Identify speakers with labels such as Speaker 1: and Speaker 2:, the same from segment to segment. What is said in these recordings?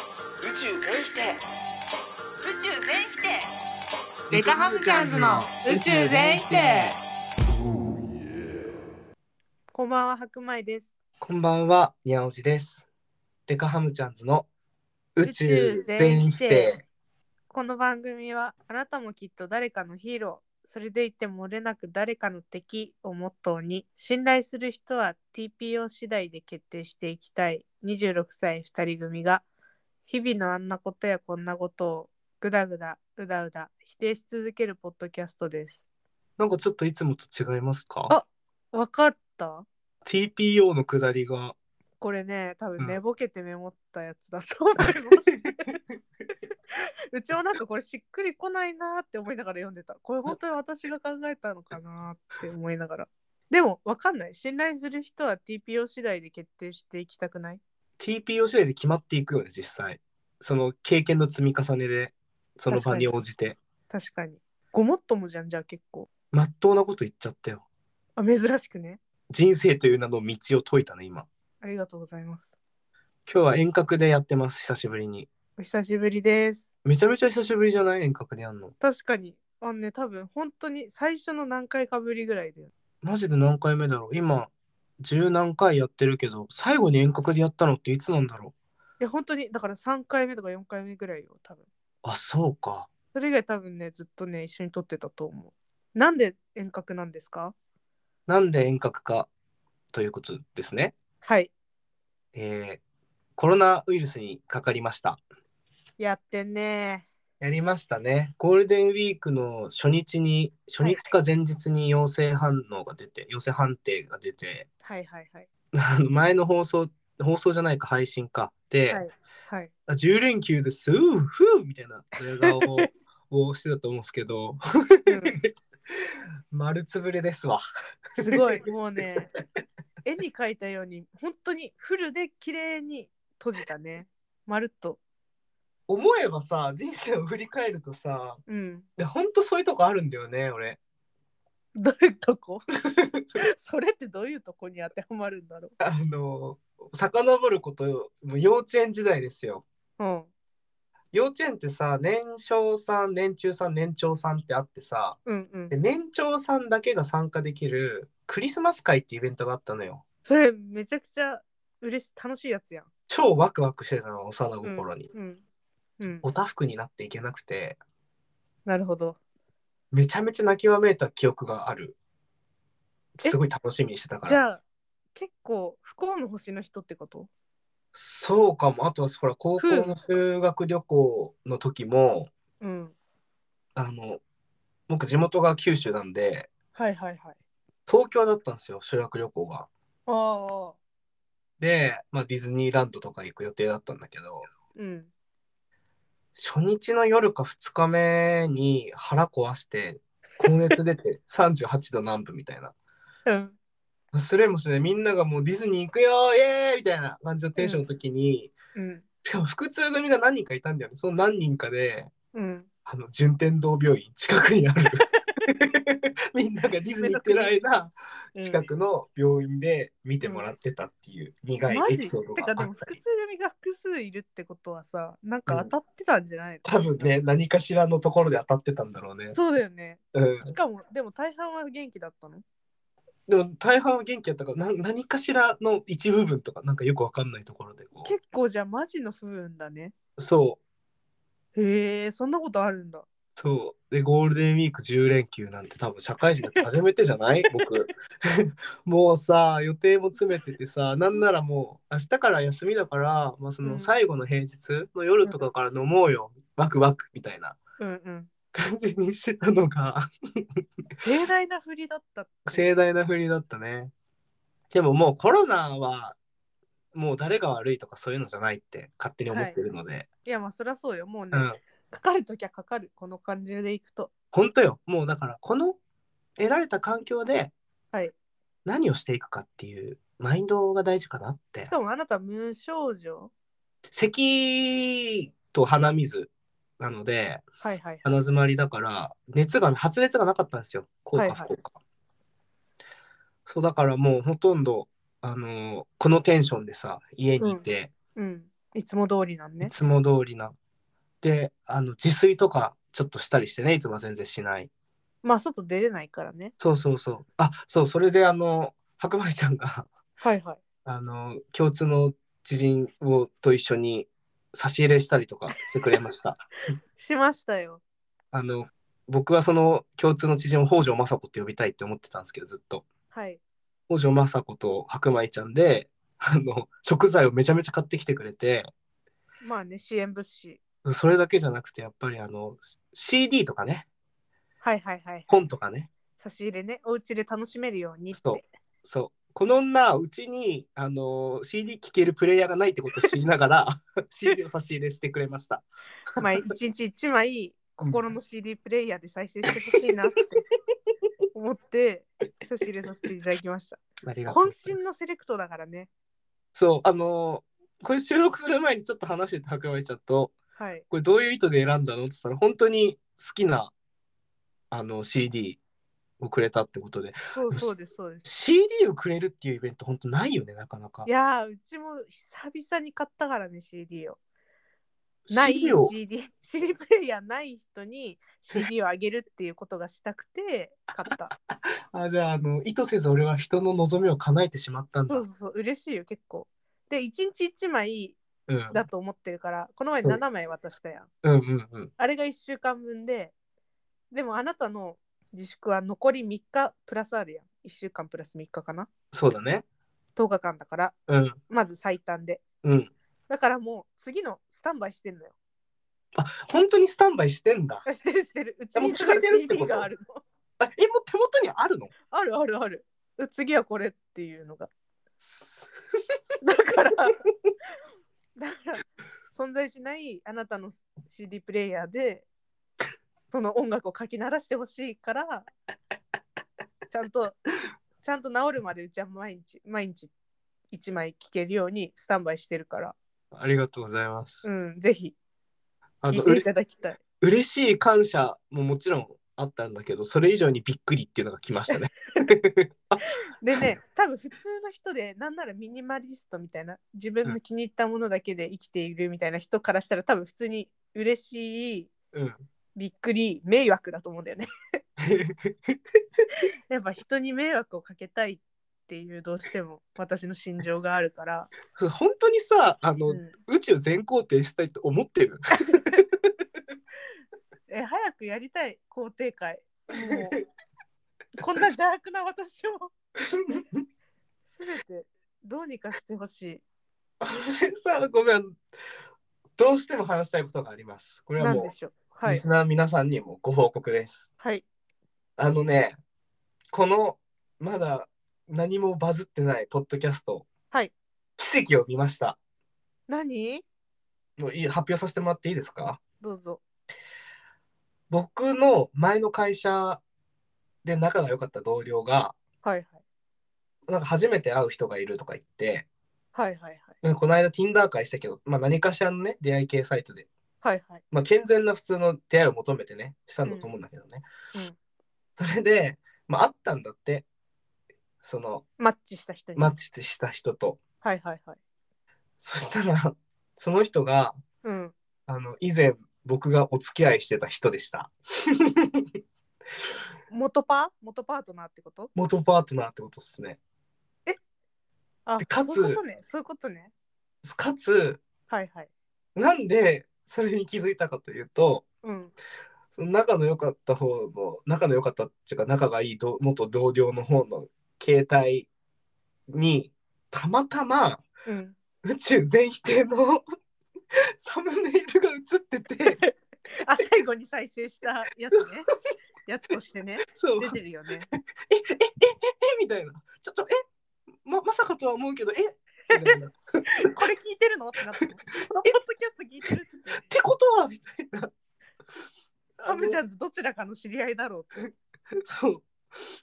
Speaker 1: 宙全否定宇宙全否定
Speaker 2: デカハムチャンズの宇宙全否定
Speaker 3: こんばんは、白米です。
Speaker 4: こんばんは、宮尾です。デカハムちゃんズの宇宙全否
Speaker 3: 宇宙全
Speaker 4: 定。
Speaker 3: この番組は、あなたもきっと誰かのヒーロー、それでいてもれなく誰かの敵をモットーに、信頼する人は TPO 次第で決定していきたい26歳2人組が、日々のあんなことやこんなことをぐだぐだ、うだうだ、否定し続けるポッドキャストです。
Speaker 4: なんかちょっといつもと違います
Speaker 3: あ
Speaker 4: か
Speaker 3: わかった
Speaker 4: ?TPO の下りが。
Speaker 3: これね、多
Speaker 4: う
Speaker 3: 分
Speaker 4: ん
Speaker 3: 寝ぼけてメモったやつだと思います。 うちもなんかこれしっくりこないなーって思いながら読んでた。これ本当に私が考えたのかなーって思いながら。でもわかんない。信頼する人は TPO 次第で決定していきたくない
Speaker 4: TPO 次第で決まっていくよね、実際。その経験の積み重ねで、その場に応じて。
Speaker 3: 確かに。ごもっともじゃんじゃあ結構。
Speaker 4: まっとうなこと言っちゃったよ。
Speaker 3: あ、珍しくね。
Speaker 4: 人生という名の道を解いたね、今。
Speaker 3: ありがとうございます。
Speaker 4: 今日は遠隔でやってます、久しぶりに。
Speaker 3: お久しぶりです。
Speaker 4: めちゃめちゃ久しぶりじゃない遠隔でやんの。
Speaker 3: 確かに。あのね、多分本当に最初の何回かぶりぐらいだよ。
Speaker 4: マジで何回目だろう今、十何回やってるけど、最後に遠隔でやったのっていつなんだろ
Speaker 3: いや、本当に、だから3回目とか4回目ぐらいよ、多分。
Speaker 4: うあ、そうか。
Speaker 3: それ以外多分ね、ずっとね、一緒に撮ってたと思う。なんで遠隔なんですか
Speaker 4: なんで遠隔かということですね。
Speaker 3: はい。
Speaker 4: えーコロナウイルスにかかりました。
Speaker 3: やってんね
Speaker 4: やりましたね。ゴールデンウィークの初日に、初日か前日に陽性反応が出て、陽性判定が出て、
Speaker 3: はいはいはい。
Speaker 4: あの前の放送、放送じゃないか、配信か。で、
Speaker 3: はいはい。
Speaker 4: あ10連休です、うーふーみたいな動画ををしてたと思うんですけど、
Speaker 3: うん
Speaker 4: 丸つぶれですわ。
Speaker 3: すごい。もうね、絵に描いたように、本当にフルで綺麗に閉じたね。まるっと。
Speaker 4: 思えばさ、人生を振り返るとさ、
Speaker 3: うん。
Speaker 4: でほんとそういうとこあるんだよね、俺。
Speaker 3: どういうと こそれってどういうとこに当てはまるんだろ
Speaker 4: あの遡ることもう幼稚園時代ですよ。
Speaker 3: う。うん。
Speaker 4: 幼稚園ってさ年少さん年中さん年長さんってあってさ
Speaker 3: うんうん
Speaker 4: で。年長さんだけが参加できるクリスマス会ってイベントがあったのよ。
Speaker 3: それめちゃくちゃ嬉しい、楽しいやつやん。
Speaker 4: 超ワクワクしてたの幼
Speaker 3: うん
Speaker 4: 心に。
Speaker 3: うん。うん。
Speaker 4: おたふくになっていけなくて
Speaker 3: なるほど。
Speaker 4: めちゃめちゃ泣きわめいた記憶がある。
Speaker 3: え
Speaker 4: すごい楽しみにしてたか
Speaker 3: じ
Speaker 4: ら。
Speaker 3: ゃあ、結構不幸の星の人ってこと
Speaker 4: そうかもあとはほら高校の修学旅行の時も
Speaker 3: うん。
Speaker 4: あの僕地元が九州なんで。
Speaker 3: はいはいはい。
Speaker 4: 東京だったんですよ修学旅行が。
Speaker 3: ああ。
Speaker 4: で、まあ、ディズニーランドとか行く予定だったんだけど
Speaker 3: うん。
Speaker 4: 初日の夜か2日目に腹壊して高熱出 て38度南部みたいな。
Speaker 3: うん。
Speaker 4: それもしないみんながもうディズニー行くよイエーイみたいな感じのテンションの時に、
Speaker 3: うん。
Speaker 4: しかも腹痛組が何人かいたんだよねその何人かで
Speaker 3: うん。
Speaker 4: あの順天堂病院近くにある みんながディズニー行ってる間
Speaker 3: うん
Speaker 4: 近くの病院で見てもらってたっていう苦い
Speaker 3: マ
Speaker 4: エ
Speaker 3: ジ
Speaker 4: ピソード
Speaker 3: て
Speaker 4: があ
Speaker 3: か
Speaker 4: った
Speaker 3: で
Speaker 4: り
Speaker 3: も複数組が複数いるってことはさなんか当たってたんじゃないの、
Speaker 4: 多分ね何かしらのところで当たってたんだろうね、
Speaker 3: そうだよね
Speaker 4: うん、
Speaker 3: しかもでも大半は元気だったの
Speaker 4: でも大半は元気やったからな何かしらの一部分とかなんかよくわかんないところでこ
Speaker 3: 結構じゃあマジの不運だね
Speaker 4: うそう
Speaker 3: へえそんなことあるんだ
Speaker 4: そうでゴールデンウィーク10連休なんて多分社会人だって初めてじゃない 僕 もうさ予定も詰めててさなんならもう明日から休みだから、まあ、そ
Speaker 3: うん
Speaker 4: の最後の平日の夜とかから飲もうよ、ワクワクみたいな
Speaker 3: うんうん
Speaker 4: 感じにしてたの が
Speaker 3: 盛大な振りだった
Speaker 4: 盛大な振りだったね。でももうコロナはもう誰が悪いとかそういうのじゃないって勝手に思ってるので、
Speaker 3: いやまあそりゃそうよもうね、
Speaker 4: うん、
Speaker 3: かかるときはかかるこの感じでいくと
Speaker 4: 本当よもうだからこの得られた環境で
Speaker 3: はい
Speaker 4: 何をしていくかっていうマインドが大事かなって
Speaker 3: しかもあなた無症状
Speaker 4: 咳と鼻水なので
Speaker 3: はいはい
Speaker 4: 鼻詰まりだから熱が発熱がなかったんですよ効
Speaker 3: はい
Speaker 4: 果
Speaker 3: はい
Speaker 4: 不効果、そうだからもうほとんどあのこのテンションでさ家にいて、
Speaker 3: うんいつも通りなん
Speaker 4: い
Speaker 3: ね。
Speaker 4: つも通りな。で、あの自炊とかちょっとしたりしてね、いつもは全然しない。
Speaker 3: まあ、外出れないからね。
Speaker 4: そうそうそう。あ、そう、それであの、白米ちゃんが、
Speaker 3: はいはい。
Speaker 4: あの、共通の知人をと一緒に差し入れしたりとかしてくれました。
Speaker 3: しましたよ。
Speaker 4: あの、僕はその共通の知人を北条政子って呼びたいって思ってたんですけど、ずっと。
Speaker 3: はい。
Speaker 4: 北条政子と白米ちゃんで、あの、食材をめちゃめちゃ買ってきてくれて、
Speaker 3: まあね、支援物資。
Speaker 4: それだけじゃなくて、やっぱりあの、CD とかね、
Speaker 3: はいはいはい。
Speaker 4: 本とかね、
Speaker 3: 差し入れね、お家で楽しめるようにって。
Speaker 4: そうそう。この女、うちに、あの、CD 聴けるプレイヤーがないってことを知りなが ら、CD を差し入れしてくれました。
Speaker 3: まあ、一日一枚、心の CD プレイヤーで再生してほ しいなって思って、差し入れさせていただきました。
Speaker 4: ありがとうございます
Speaker 3: 渾身のセレクトだからね。
Speaker 4: そう、あの、これ収録する前にちょっと話してて、白米ちゃんと、
Speaker 3: はい。
Speaker 4: これどういう意図で選んだのって言ったら、本当に好きな、あの、CD をくれたってことで、
Speaker 3: そうそうです、そうです。
Speaker 4: CD をくれるっていうイベント、本当ないよね、なかなか
Speaker 3: い。やー、うちも久々に買ったからね、CD を。ない
Speaker 4: CD を
Speaker 3: CD、CD プレイヤーない人に CD をあげるっていうことがしたくて買 った。
Speaker 4: あじゃああの意図せず俺は人の望みを叶えてしまったんだ。
Speaker 3: そううそうそう、嬉しいよ、結構。で、1日1枚
Speaker 4: ん、
Speaker 3: だと思ってるから、この前7枚渡したやん。
Speaker 4: うんうんうん。
Speaker 3: あれが1週間分で、でもあなたの自粛は残り3日プラスあるやん。1週間プラス3日かな。
Speaker 4: そうだね。
Speaker 3: 10日間だから、
Speaker 4: うん
Speaker 3: まず最短で。
Speaker 4: うん。
Speaker 3: だからもう次のスタンバイしてんのよ。
Speaker 4: 本当にスタンバイしてんだ。
Speaker 3: あしてるしてる。うち
Speaker 4: もう
Speaker 3: に
Speaker 4: 決めてるってこと
Speaker 3: CD があるの。
Speaker 4: あえもう手元にあるの？
Speaker 3: あるあるある。う次はこれっていうのが。だから、だから、存在しないあなたの CD プレイヤーで、その音楽をかき鳴らしてほしいから、ちゃんと、ちゃんと治るまでうちは毎日、毎日1枚聴けるようにスタンバイしてるから、
Speaker 4: ありがとうございます。
Speaker 3: うん、ぜひ
Speaker 4: あの
Speaker 3: 聴いうて
Speaker 4: れ
Speaker 3: いただきたい。
Speaker 4: 嬉しい感謝ももちろんあったんだけど、それ以上にびっくりっていうのが来ま したね。
Speaker 3: でね、多分普通の人で、なんならミニマリストみたいな、自分の気に入ったものだけで生きているみたいな人からしたら、多分普通に嬉しい、
Speaker 4: うん。
Speaker 3: びっくり、迷惑だと思うんだよね。やっぱ人に迷惑をかけたいっていう、どうしても私の心情がある から、
Speaker 4: 本当にさあの、
Speaker 3: うん
Speaker 4: 宇宙全肯定したいと思って る。
Speaker 3: え早くやりたい、肯定会。も う、こんな邪悪な私を、すべてどうにかしてほしい。
Speaker 4: さあごめんどうしても話したいことがあります。これは
Speaker 3: なん
Speaker 4: も
Speaker 3: で
Speaker 4: う
Speaker 3: しょう。は
Speaker 4: リ
Speaker 3: い
Speaker 4: ス。ナーの皆さんにもご報告です。
Speaker 3: はい。
Speaker 4: あのね、このまだ何もバズってないポッドキャスト、
Speaker 3: はい
Speaker 4: 奇跡を見ました。
Speaker 3: 何
Speaker 4: もういい発表させてもらっていいですか
Speaker 3: どうぞ。
Speaker 4: 僕の前の会社で仲が良かった同僚が、
Speaker 3: はいはい。
Speaker 4: なんか初めて会う人がいるとか言って、
Speaker 3: はいはいはい。
Speaker 4: なんかこの間 Tinder 会したけど、まあ、何かしらのね、出会い系サイトで、
Speaker 3: はいはい。
Speaker 4: まあ、健全な普通の出会いを求めてね、したんだと思うんだけどね。それで、まあ、会ったんだって、その
Speaker 3: マッチした人に。
Speaker 4: マッチした人と。
Speaker 3: はいはいはい。
Speaker 4: そしたら、その人が、
Speaker 3: うん。
Speaker 4: あの、以前、僕がお付き合いしてた人でした。
Speaker 3: 元パー元パートナーってこと
Speaker 4: 元パートナーってことですね。
Speaker 3: あ
Speaker 4: でかつ
Speaker 3: そういうことね。そういうことね。
Speaker 4: かつ、
Speaker 3: はいはい。
Speaker 4: なんで、それに気づいたかというと、
Speaker 3: うん。
Speaker 4: その仲の良かった方の、仲の良かったっていうか、仲がいいど元同僚の方の携帯に、たまたま、
Speaker 3: うん。
Speaker 4: 宇宙全否定の サムネイルが映ってて、
Speaker 3: あ、最後に再生したやつ ね。やつとしてね。
Speaker 4: そう、
Speaker 3: 出てるよね。
Speaker 4: えええええみたいな。ちょっと、えま、まさかとは思うけど、えみたいな。っ
Speaker 3: これ聞いてるのってな ったの。このポッドキャスト聞いてるって。
Speaker 4: てことはみたいな。
Speaker 3: ハムジ
Speaker 4: ゃ
Speaker 3: ャンズどちらかの知り合いだろうって。
Speaker 4: そう。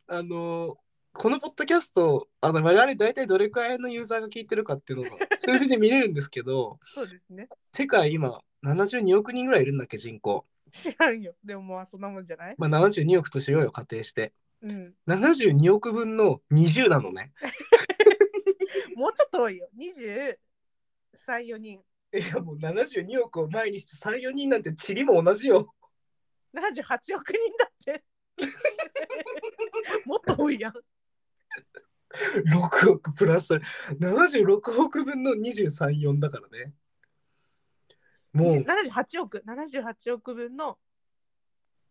Speaker 4: あの、このポッドキャスト、あの我々大体どれくらいのユーザーが聞いてるかっていうの が数字で見れるんですけど、
Speaker 3: そうですね。
Speaker 4: 世界今72億人ぐらいいるんだっけ、人口。
Speaker 3: 知らんよ。でもまあそんなもんじゃない
Speaker 4: まあ、72億としようよ、仮定して。
Speaker 3: うん。
Speaker 4: 72億分の20なのね。
Speaker 3: もうちょっと多いよ。23、4人。
Speaker 4: いやもう72億を前にして3、4人なんてチリも同じよ。
Speaker 3: 78億人だ って。もっと多いやん。
Speaker 4: 6億プラス76億分の23、4だからね。もう
Speaker 3: 78億、78億分の、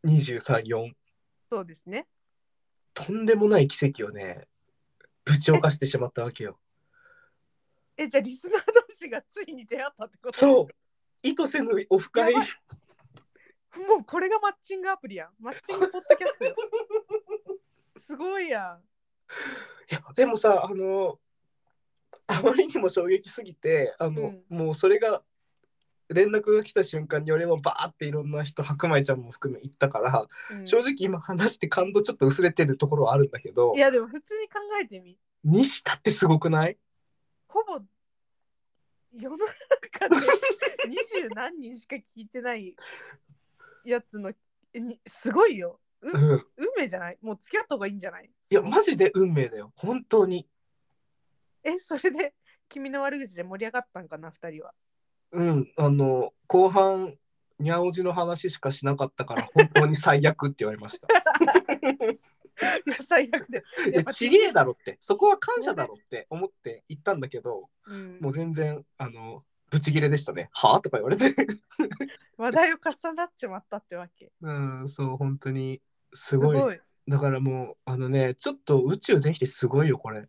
Speaker 4: 23、4。
Speaker 3: そうですね。
Speaker 4: とんでもない奇跡をね、ぶち犯してしまったわ けよ。
Speaker 3: え、じゃあリスナー同士がついに出会ったってこと
Speaker 4: そう。意図せぬオフ会
Speaker 3: や。ばもうこれがマッチングアプリやん。マッチングポッドキャ ストよ。すごいやん。
Speaker 4: いやでもさあのあまりにも衝撃すぎてあの、もうそれが連絡が来た瞬間に俺もバーっていろんな人白米ちゃんも含め行ったから、
Speaker 3: うん
Speaker 4: 正直今話して感動ちょっと薄れてるところはあるんだけど
Speaker 3: いやでも普通に考えてみ。
Speaker 4: にしたってすごくない
Speaker 3: ほぼ世の中で二十何人しか聞いてないやつのえにすごいよ。
Speaker 4: う
Speaker 3: う
Speaker 4: ん
Speaker 3: 運命じゃないもう付き合った方がいいんじゃない
Speaker 4: いやマジで運命だよ本当に
Speaker 3: え、それで君の悪口で盛り上がったんかな、二人は。
Speaker 4: うんあの後半にゃおじの話しかしなかった から本当に最悪って言われま した
Speaker 3: いや、 最悪で。
Speaker 4: いやちげえだろってそこは感謝だろって思って行ったんだけど
Speaker 3: うん
Speaker 4: もう全然、あの、ブチギレでしたね。はあとか言われて。
Speaker 3: 話題を重なっちまったってわけ。
Speaker 4: うん、そう、本当に。す
Speaker 3: す
Speaker 4: ごい。
Speaker 3: ごい。
Speaker 4: だからもう、あのね、ちょっと宇宙全否定すごいよ、これ。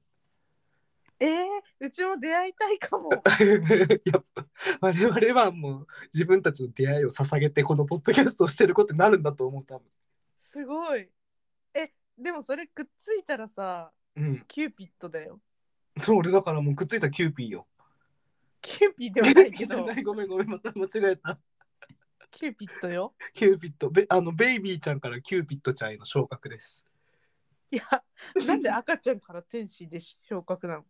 Speaker 3: えー、うちも出会いたいかも。
Speaker 4: やっぱ、我々はもう、自分たちの出会いを捧げて、このポッドキャストをしてることになるんだと思う、多分。
Speaker 3: すごい。え、でもそれくっついたらさ、
Speaker 4: うん。
Speaker 3: キューピッドだよ。
Speaker 4: そう俺だからもうくっついたキューピーよ。
Speaker 3: キューピーで
Speaker 4: キ
Speaker 3: は
Speaker 4: ュ
Speaker 3: ない
Speaker 4: ーピ
Speaker 3: け
Speaker 4: ーじゃ
Speaker 3: ど
Speaker 4: な、い、 ごめんごめん、また間違えた。
Speaker 3: キューピッドよ。
Speaker 4: キューピッド、べあの、ベイビーちゃんからキューピッドちゃんへの昇格です。
Speaker 3: いや、なんで赤ちゃんから天使で昇格なの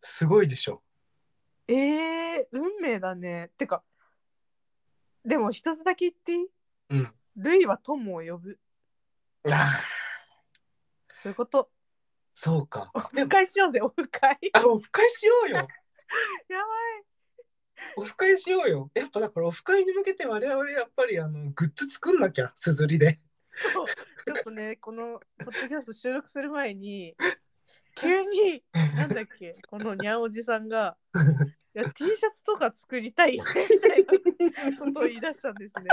Speaker 4: すごいでしょ。
Speaker 3: えー、運命だね。てか、でも一つだけ言っていい
Speaker 4: うん。
Speaker 3: ルイは友を呼ぶ。
Speaker 4: ああ、
Speaker 3: そういうこと。
Speaker 4: そうか。
Speaker 3: オフ会しよう ぜ、オフ会。や
Speaker 4: あ、オフ会しようよ。
Speaker 3: ばい。
Speaker 4: オフ会しようよ。やっぱだからオフ会に向けて我々やっぱりあのグッズ作んなきゃ、すずり で。
Speaker 3: そうちょっとね、このポッドキャスト収録する前に、急に、なんだっけ、このにゃおじさんが、いや T シャツとか作り たいよねみたいなことを言い出したんですね。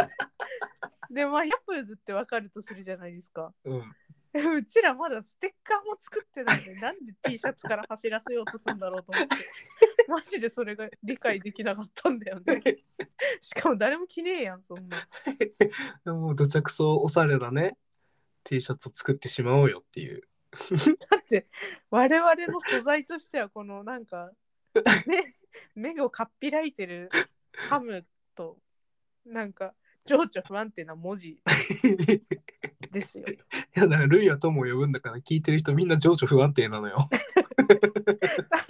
Speaker 3: で、まあ、ヤプーズって分かるとするじゃないですか。
Speaker 4: うん。
Speaker 3: え うちらまだステッカーも作ってないのに、なんで T シャツから走らせようとするんだろうと思って、マジでそれが理解できなかったんだよね。しかも誰も着ねえやん、そんな。
Speaker 4: でも土着層おしゃれなね、T シャツを作ってしまおうよっていう。
Speaker 3: だって我々の素材としてはこのなんか目目をかっぴらいてるハムとなんか情緒不安定な文字
Speaker 4: い
Speaker 3: ですよ。
Speaker 4: やだからルイは友を呼ぶんだから聞いてる人みんな情緒不安定なのよ。
Speaker 3: あ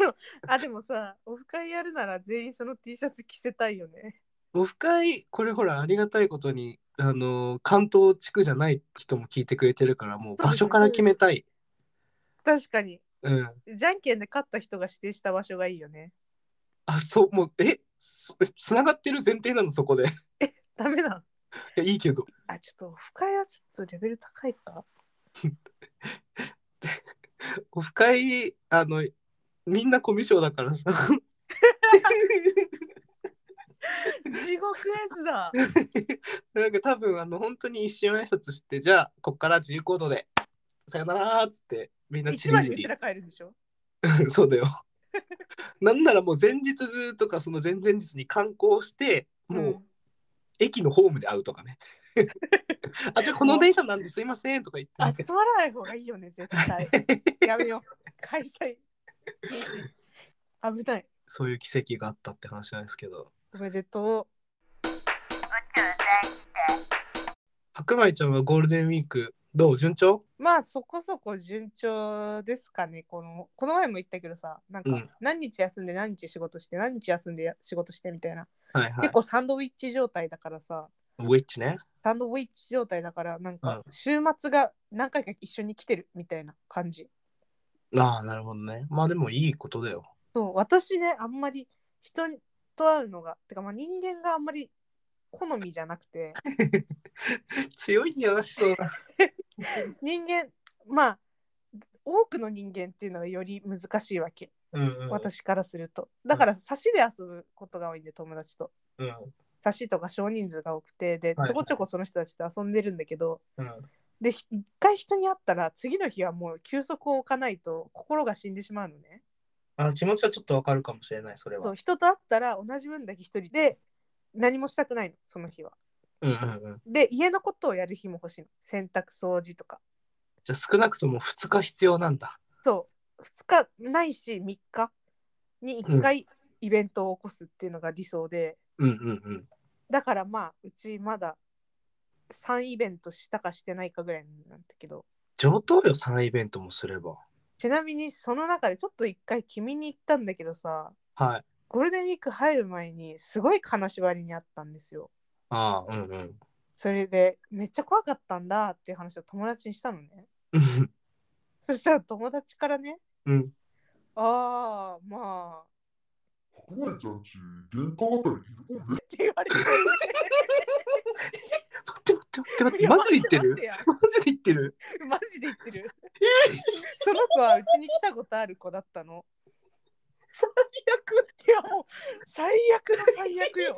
Speaker 3: のあでもさオフ会やるなら全員その T シャツ着せたいよね。
Speaker 4: オフ会、これほらありがたいことに、あの、関東地区じゃない人も聞いてくれてるから、もう場所から決めたい。
Speaker 3: 確かに
Speaker 4: うん。
Speaker 3: じゃんけんで勝った人が指定した場所がいいよね。
Speaker 4: あ、そう、もう、え、そつながってる前提なの、そこで。い
Speaker 3: ダメだ。
Speaker 4: や、いいけど。
Speaker 3: あちょっとオフ会はちょっとレベル高いか。
Speaker 4: オフ会あのみんなコミュ障だから さ
Speaker 3: 地獄 S だ。
Speaker 4: なんか多分あの本当に一瞬挨拶してじゃあこっから自由行動でさよならっつってみんな
Speaker 3: 一
Speaker 4: ちり
Speaker 3: 番に
Speaker 4: じ
Speaker 3: うち
Speaker 4: り
Speaker 3: ら帰るんでしょ
Speaker 4: そうだよなんならもう前日とかその前々日に観光してもう駅のホームで会うとかね あじゃあこの電車なんですいませんとか言って
Speaker 3: 集まらない方がいいよね、絶 対。やめよう。開催。危ない。
Speaker 4: そういう奇跡があったって話なんですけど
Speaker 3: おめでと
Speaker 4: 白米ちゃんはゴールデンウィークどう順調
Speaker 3: う。まあそこそこ順調ですかね。このこの前も言ったけどさ、なん
Speaker 4: う
Speaker 3: か
Speaker 4: ん
Speaker 3: 何日休んで何日仕事して、何日休んで仕事してみたいな。
Speaker 4: はいはい
Speaker 3: 結構サンドウィッチ状態だからさ、
Speaker 4: ウィッチね
Speaker 3: サンドウィッチ状態だから、なんか
Speaker 4: う
Speaker 3: 週末が何回か一緒に来てるみたいな感じ。
Speaker 4: ああ、なるほどね。まあでもいいことだよ。
Speaker 3: そう、私ね、あんまり人となるのがてかまあ人間があんまり好みじゃなくて
Speaker 4: 強いんだよな、思想が。
Speaker 3: 人間まあ多くの人間っていうのはより難しいわけ
Speaker 4: うん うん、
Speaker 3: 私からするとだから差しで遊ぶことが多いんで友達と
Speaker 4: うん
Speaker 3: 差しとか少人数が多くてで
Speaker 4: はい
Speaker 3: ちょこちょこその人たちと遊んでるんだけど
Speaker 4: うん
Speaker 3: でひ一回人に会ったら次の日はもう休息を置かないと心が死んでしまうのね
Speaker 4: あ気持ちはちょっとわかるかもしれない、それ
Speaker 3: そ
Speaker 4: は
Speaker 3: う。人と会ったら同じ分だけ一人で何もしたくないのその日は
Speaker 4: うんうんうん、
Speaker 3: で家のことをやる日も欲しいの洗濯掃除とか
Speaker 4: じゃあ少なくとも2日必要なんだ。
Speaker 3: そう2日ないし3日に1回イベントを起こすっていうのが理想で、
Speaker 4: うんうんうん。
Speaker 3: だからまあうちまだ3イベントしたかしてないかぐらいなんだけど
Speaker 4: 上等よ、3イベントもすれば。
Speaker 3: ちなみにその中でちょっと1回君に行ったんだけどさ
Speaker 4: はい。
Speaker 3: ゴールデンウィーク入る前にすごい金縛りにあったんですよ
Speaker 4: ああ、うんうん
Speaker 3: それでめっちゃ怖かったんだっていう話を友達にしたのね
Speaker 4: うん。
Speaker 3: そしたら友達からね
Speaker 4: うん。
Speaker 3: ああまあ
Speaker 5: 高円ちゃんち、玄関あたりにいるもんね。
Speaker 3: って言われて
Speaker 4: 待って待って待って待って、マジで言ってる
Speaker 3: いや
Speaker 4: マジで言って る
Speaker 3: マジで言って る。その子はうちに来たことある子だったの。
Speaker 4: 最悪
Speaker 3: いやもう最悪の最悪よ。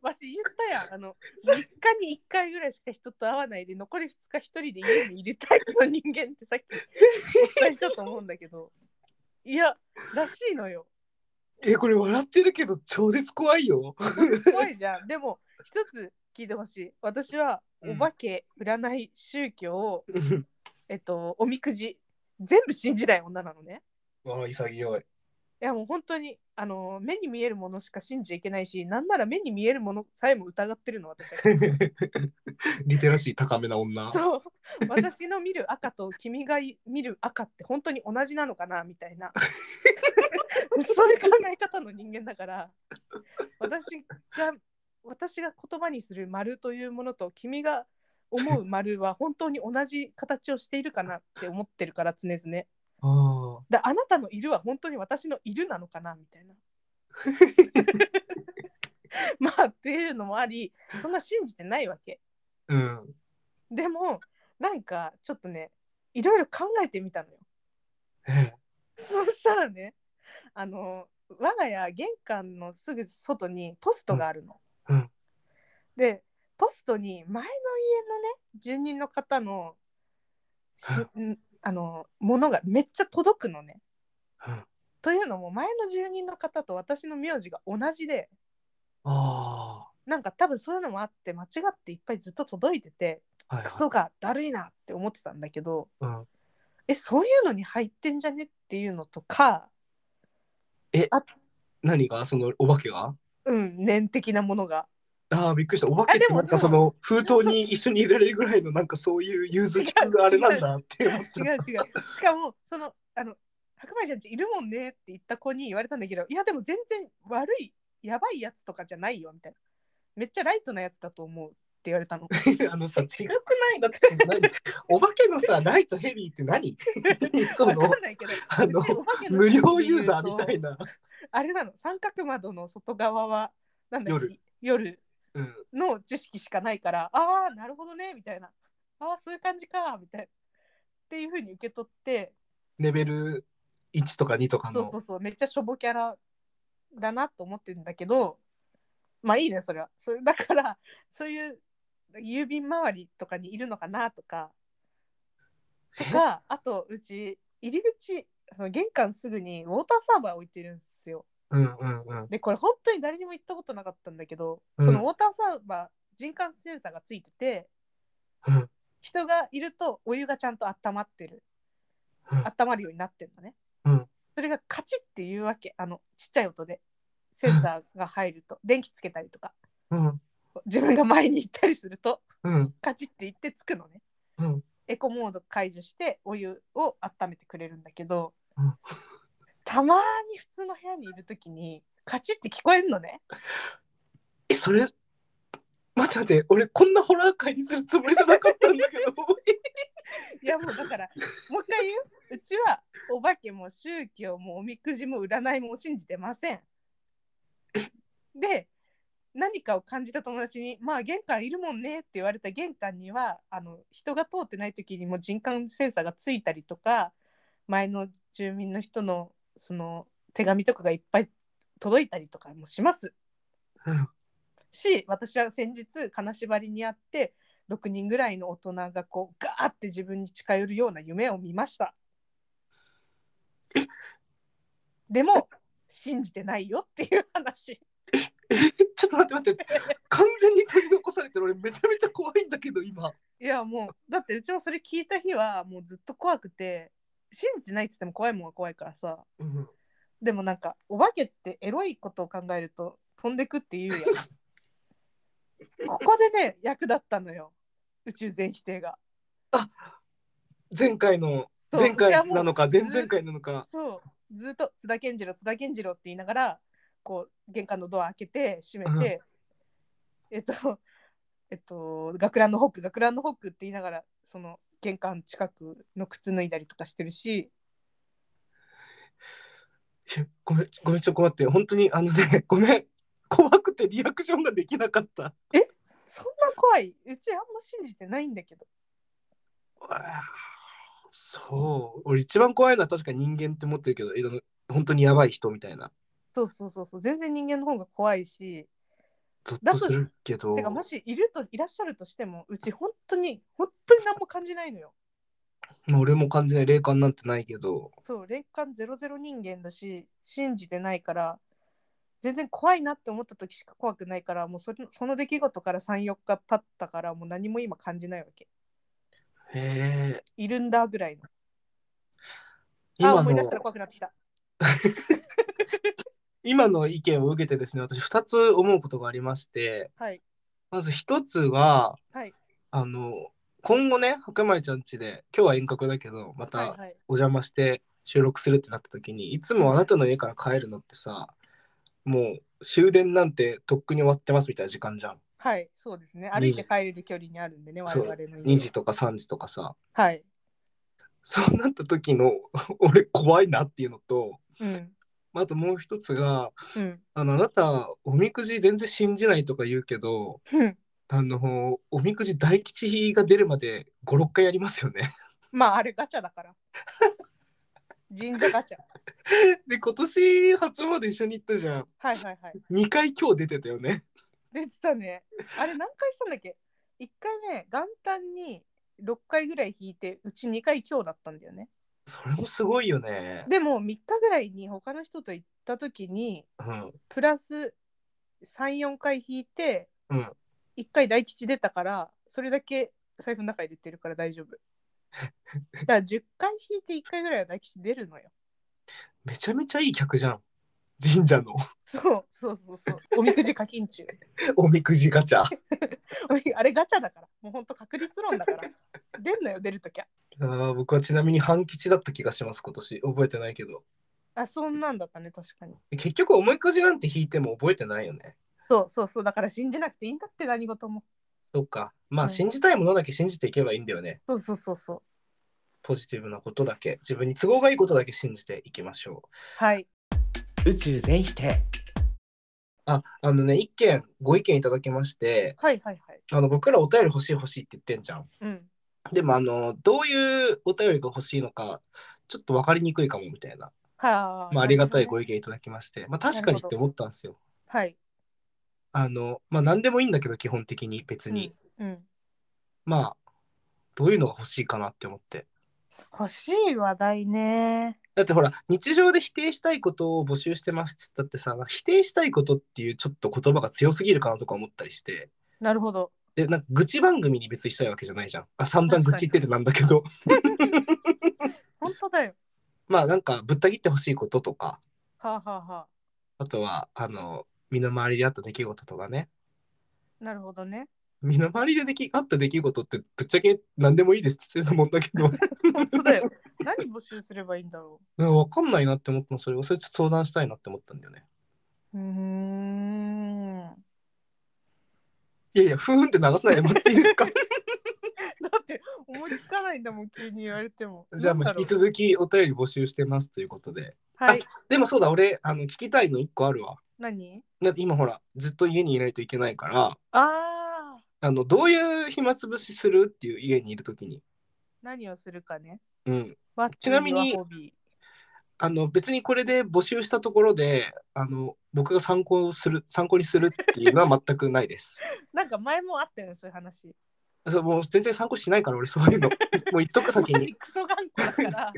Speaker 3: わし言ったやんあの3日に1回ぐらいしか人と会わないで残り2日1人で家にいるタイプの人間ってさっきお伝えしたと思うんだけどいやらしいのよ
Speaker 4: え、これ笑ってるけど、超絶怖いよ。
Speaker 3: 怖いじゃんでも一つ聞いてほしい私はお化け占い宗教を、えっとおみくじ全部信じない女なのね
Speaker 4: ああ、潔い。
Speaker 3: いやもう本当にあの目に見えるものしか信じちゃいけないしなんなら目に見えるものさえも疑ってるの私 は
Speaker 4: リテラシー高めな女。
Speaker 3: そう私の見る赤と君が見る赤って本当に同じなのかなみたいなそういう考え方の人間だから私が私が言葉にする丸というものと君が思う丸は本当に同じ形をしているかなって思ってるから常々
Speaker 4: ああ。
Speaker 3: だあなたのいるは本当に私のいるなのかなみたいな。 まあっていうのもありそんな信じてないわけ。
Speaker 4: うん。
Speaker 3: でもなんかちょっとねいろいろ考えてみたのよ。
Speaker 4: え
Speaker 3: そしたらねあの我が家玄関のすぐ外にポストがあるの。
Speaker 4: うんうん
Speaker 3: でポストに前の家のね住人の方のしんあのものがめっちゃ届くのね。
Speaker 4: うん、あ
Speaker 3: というのも前の住人の方と私の名字が同じで
Speaker 4: あ。
Speaker 3: なんか多分そういうのもあって間違っていっぱいずっと届いてて
Speaker 4: はい、はい。
Speaker 3: クソがだるいなって思ってたんだけど
Speaker 4: うん、
Speaker 3: えそういうのに入ってんじゃねっていうのとか
Speaker 4: 何がそのお化けが
Speaker 3: うん念的なもの が
Speaker 4: ああ、びっくりした。お化けっ
Speaker 3: あで
Speaker 4: て
Speaker 3: も
Speaker 4: なんかその封筒に一緒に入れられるぐらいのなんかそういう融通きくあれなんだって思っち
Speaker 3: 違
Speaker 4: ゃ
Speaker 3: う
Speaker 4: う。
Speaker 3: 違うしかもそのあの白米ちゃんちいるもんねって言った子に言われたんだけどいやでも全然悪いやばいやつとかじゃないよみたいなめっちゃライトなやつだと思うって言われた の
Speaker 4: あのさ、違く ないだってその何お化けのさ、ライトヘビーって 何そ
Speaker 3: わ
Speaker 4: の
Speaker 3: かんないけど
Speaker 4: あの
Speaker 3: うちお化けの
Speaker 4: 無料ユーザーみた
Speaker 3: ない
Speaker 4: な。
Speaker 3: あれなの三角窓の外側はなんだっけ夜
Speaker 4: うん、
Speaker 3: の知識しかないからああなるほどねみたいなああそういう感じかみたいなっていうふうに受け取って
Speaker 4: レベル1とか2とか
Speaker 3: そ
Speaker 4: の。
Speaker 3: うそうそうめっちゃしょぼキャラだなと思ってるんだけどまあいいねそれはそれだからそういう郵便周りとかにいるのかなとかとかあとうち入り口その玄関すぐにウォーターサーバー置いてるんですよ。
Speaker 4: うんうんうん。
Speaker 3: でこれ本当に誰にも言ったことなかったんだけど、
Speaker 4: うん
Speaker 3: そのウォーターサーバー人感センサーがついてて、
Speaker 4: うん
Speaker 3: 人がいるとお湯がちゃんと温まってる、
Speaker 4: うん
Speaker 3: 温まるようになってるのね、
Speaker 4: うん
Speaker 3: それがカチッっていうわけあのちっちゃい音でセンサーが入 ると電気つけたりとか
Speaker 4: うん
Speaker 3: 自分が前に行ったりすると
Speaker 4: うん
Speaker 3: カチッって言ってつくのね
Speaker 4: うん。
Speaker 3: エコモード解除してお湯を温めてくれるんだけど、
Speaker 4: うん
Speaker 3: たまーに普通の部屋にいる時にカチッって聞こえるのね
Speaker 4: え、それ、待って待って、俺こんなホラー界にするつもりじゃなかったんだけど。
Speaker 3: いやもうだからもう一回言ううちはお化けも宗教もおみくじも占いも信じてません何かを感じた友達に「まあ玄関いるもんね」って言われた玄関にはあの人が通ってない時にも人感センサーがついたりとか前の住民の人のその手紙とかがいっぱい届いたりとかもします
Speaker 4: うん
Speaker 3: し私は先日金縛りにあって6人ぐらいの大人がこうガーって自分に近寄るような夢を見ましたでも信じてないよっていう話
Speaker 4: ちょっと待って待って完全に取り残されてる俺めちゃめちゃ怖いんだけど今
Speaker 3: いやもうだってうちもそれ聞いた日はもうずっと怖くて信じてないっつっても怖いもんは怖いからさ
Speaker 4: うん
Speaker 3: でもなんかお化けってエロいことを考えると飛んでくって言う やんここでね役立ったのよ宇宙全否定が
Speaker 4: 前回の
Speaker 3: そう
Speaker 4: 前回なのか
Speaker 3: うち
Speaker 4: 前
Speaker 3: はもう
Speaker 4: 々回なのか
Speaker 3: そうずっと津田健次郎津田健次郎って言いながらこう玄関のドア開けて閉めて、えっとえっと学ランのホック学ランのホックって言いながらその玄関近くの靴脱いだりとかしてるし
Speaker 4: いやごめんごめんちょっと待って本当にあのねごめん怖くてリアクションができなかった
Speaker 3: そんな怖いうちあんま信じてないんだけど
Speaker 4: うわーそう俺一番怖いのは確か人間って思ってるけどえあの本当にやばい人みたいな
Speaker 3: そうそうそうそう全然人間の方が怖いし
Speaker 4: ゾッ
Speaker 3: だ
Speaker 4: と
Speaker 3: と
Speaker 4: するけど
Speaker 3: てかもしいるといらっしゃるとしてもうち本当に本当に何も感じないのよ
Speaker 4: まあ俺も完全に霊感なんてないけど
Speaker 3: そう霊感ゼロゼロ人間だし信じてないから全然怖いなって思った時しか怖くないからもうそれその出来事から34日経ったからもう何も今感じないわけ
Speaker 4: へえ
Speaker 3: いるんだぐらいのあ
Speaker 4: 今
Speaker 3: 思い出し
Speaker 4: の
Speaker 3: たら怖くなってきた
Speaker 4: 今の意見を受けてですね私2つ思うことがありまして
Speaker 3: はい
Speaker 4: まず1つは、
Speaker 3: はい
Speaker 4: あの今後ね白米ちゃん家で今日は遠隔だけどま
Speaker 3: はい
Speaker 4: た
Speaker 3: はい
Speaker 4: お邪魔して収録するってなった時にいつもあなたの家から帰るのってさもう終電なんてとっくに終わってますみたいな時間じゃん
Speaker 3: はいそうですね歩いて帰れる距離にあるんでね我
Speaker 4: そう
Speaker 3: 々の家
Speaker 4: 2時とか3時とかさ
Speaker 3: はい
Speaker 4: そうなった時の 俺怖いなっていうのと
Speaker 3: うん
Speaker 4: まああともう一つが
Speaker 3: うん
Speaker 4: あのあなたおみくじ全然信じないとか言うけど
Speaker 3: うん
Speaker 4: あのおみくじ大吉が出るまで56回やりますよね。
Speaker 3: まああれガチャだから神社ガチャ
Speaker 4: で今年初詣一緒に行ったじゃん
Speaker 3: はいはいはい
Speaker 4: 2回今日出てたよね。
Speaker 3: 出てたね。あれ何回したんだっけ ?1 回目、元旦に6回ぐらい引いて、うち2回今日だったんだよね。
Speaker 4: それもすごいよね。
Speaker 3: でも3日ぐらいに他の人と行った時に、
Speaker 4: うん
Speaker 3: プラス3、4回引いて、
Speaker 4: うん
Speaker 3: 1回大吉出たから、それだけ財布の中入れてるから 大丈夫。だから10回引いて1回ぐらいは大吉出るのよ。
Speaker 4: めちゃめちゃいい客じゃん神社の
Speaker 3: そうそうそうそう。おみくじ課金中。
Speaker 4: おみくじガチャ
Speaker 3: おみあれガチャだから。もうほんと確率論だから。出んのよ、出るときは。
Speaker 4: あー僕はちなみに半吉だった気がします今年覚えてないけど
Speaker 3: あ、そんなんだったね、確かに。
Speaker 4: 結局おみくじなんて引いても覚えてないよね
Speaker 3: そうそうそうだから信じなくていいんだって何事も
Speaker 4: そっかまあ
Speaker 3: うん
Speaker 4: 信じたいものだけ信じていけばいいんだよね
Speaker 3: そうそうそうそう
Speaker 4: ポジティブなことだけ自分に都合がいいことだけ信じていきましょ
Speaker 3: はい、
Speaker 4: う宇宙全否定ああのね一件ご意見いただきまして
Speaker 3: はいはいはい
Speaker 4: あの僕らお便り欲しい欲しいって言ってんじゃん
Speaker 3: うん
Speaker 4: でもあのどういうお便りが欲しいのかちょっと分かりにくいかもみたいな
Speaker 3: はあ
Speaker 4: まあ、ありがたいご
Speaker 3: 意
Speaker 4: 意見いただきまして、まあ、確かにって思ったんですよ。
Speaker 3: はい
Speaker 4: あの、まあ、何でもいいんだけど、基本的に別に。
Speaker 3: うん
Speaker 4: まあ、どういうのが欲しいかなって思って。
Speaker 3: 欲しい話題ね
Speaker 4: だってほら、日常で否定したいことを募集してますっつったってさ、否定したいことっていうちょっと言葉が強すぎるかなとか思ったりして、
Speaker 3: なるほど
Speaker 4: で、なんか愚痴番組に別にしたいわけじゃないじゃん。あ、散々愚痴言っててなんだけど、
Speaker 3: 本当だよ
Speaker 4: まあなんかぶった切ってほしいこととか、
Speaker 3: はあはあは
Speaker 4: あとは、あの、身の回りであった出来事とかね。
Speaker 3: あなるほどね
Speaker 4: 身の回りでできあった出来事ってぶっちゃけ何でもいいですって言ってたもんだけど。
Speaker 3: 本当だよ何募集すればいいんだろ
Speaker 4: うんわかんないなって思ったの、それをそれちょっと相談したいなって思ったんだよね。
Speaker 3: ううーん だ
Speaker 4: いやいや、ふーんって流 さないでもらっていいですか
Speaker 3: って思いつかないんだもん急に言われても
Speaker 4: じゃあもう
Speaker 3: なんだろ
Speaker 4: 引き続きお便り募集してますということで。
Speaker 3: はい
Speaker 4: でもそうだ、俺、あの聞きたいの1個あるわ。
Speaker 3: 何
Speaker 4: だって今ほら、ずっと家にいないといけないから、
Speaker 3: ああ
Speaker 4: あの、どういう暇つぶしするっていう家にいるときに。
Speaker 3: 何をするかね。
Speaker 4: うん。
Speaker 3: What
Speaker 4: ちなみに
Speaker 3: is your hobby？
Speaker 4: あの、別にこれで募集したところで、あの、僕が参考する、参考にするっていうのは全くないです。
Speaker 3: なんか前もあったよね、そういう話。
Speaker 4: そうもう全然参考しないから、俺そういうの。も う言っとく先
Speaker 3: マ
Speaker 4: に。
Speaker 3: ジクソ頑固だから。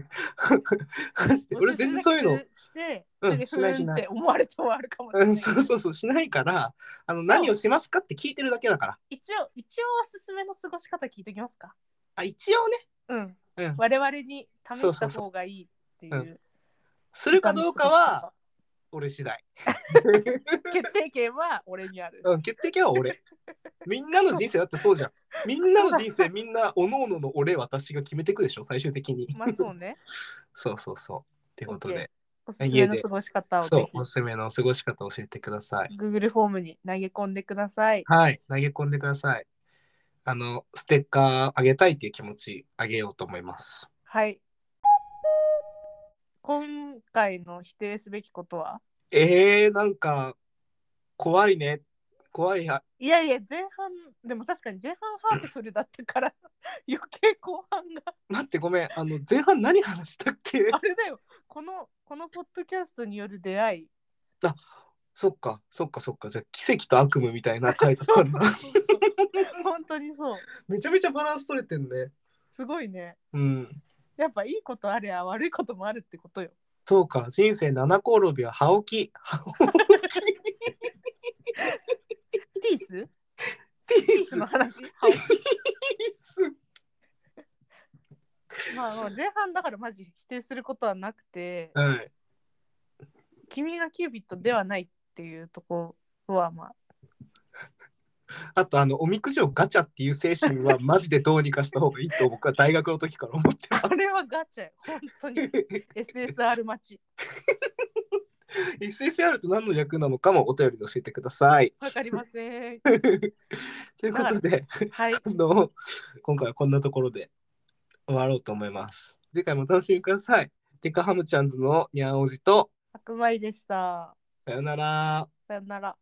Speaker 4: マジで 俺全然そういうの。
Speaker 3: して、
Speaker 4: うん
Speaker 3: それで
Speaker 4: しないしない
Speaker 3: ふーんって思われて終わるかもしれ
Speaker 4: う
Speaker 3: ない
Speaker 4: ん、。そうそうそうしないからあの何をしますかって聞いてるだけだから
Speaker 3: 一応、一応おすすめの過ごし方聞いておきますか。
Speaker 4: あ一応ね
Speaker 3: うん。
Speaker 4: うん
Speaker 3: 我々に試
Speaker 4: そう
Speaker 3: し
Speaker 4: そ
Speaker 3: た
Speaker 4: うそう
Speaker 3: 方がいいってい
Speaker 4: うん
Speaker 3: う。
Speaker 4: するかどうかは俺次第、
Speaker 3: 決定権は俺にある。
Speaker 4: うん、決定権は俺みんなの人生だってそうじゃんみんなの人生みんなおのおのの俺私が決めてくでしょ最終的に
Speaker 3: まあそ うね。
Speaker 4: そうそうそうってことで
Speaker 3: おすすめの過ごし方を
Speaker 4: そ
Speaker 3: ぜ
Speaker 4: うおすすめの過ごし方教えてください
Speaker 3: ひ Google フォームに投げ込んでください。
Speaker 4: はい投げ込んでくださいあのステッカーあげたいっていう気持ちあげようと思います
Speaker 3: はい。今回の否定すべきことは
Speaker 4: えー、なんか怖いね怖いや
Speaker 3: いやいや、前半、でも確かに前半ハートフルだったから、 余計後半が。
Speaker 4: 待ってごめんあの前半何話したっけ
Speaker 3: あれだよ、この、このポッドキャストによる出会い。
Speaker 4: そっかそっかそっかじゃあ奇跡と悪夢みたいな回だっ
Speaker 3: そ
Speaker 4: た
Speaker 3: うそ
Speaker 4: んだ
Speaker 3: うそうそう。本当にそう。
Speaker 4: めちゃめちゃバランス取れてんね
Speaker 3: すごいね。
Speaker 4: うん
Speaker 3: やっぱいいことあれや悪いこともあるってことよ。
Speaker 4: そうか人生七転びは歯置き歯置
Speaker 3: ティース
Speaker 4: き
Speaker 3: ティースの話まあまあ前半だからマジ否定することはなくて、
Speaker 4: はい
Speaker 3: 君がキュービットではないっていうところはまあ
Speaker 4: あとあのおみくじをガチャっていう精神はマジでどうにかした方がいいと僕は大学の時から思ってます
Speaker 3: あれはガチャよ本当 に SSR 待ち
Speaker 4: SSR と何の役なのかもお便りで教えてください
Speaker 3: わかりま せん
Speaker 4: ということで
Speaker 3: はい
Speaker 4: あの今回はこんなところで終わろうと思います。次回もお楽しみください。テカハムちゃんズのニャンおじと
Speaker 3: 白米でした
Speaker 4: さよなら。
Speaker 3: さよなら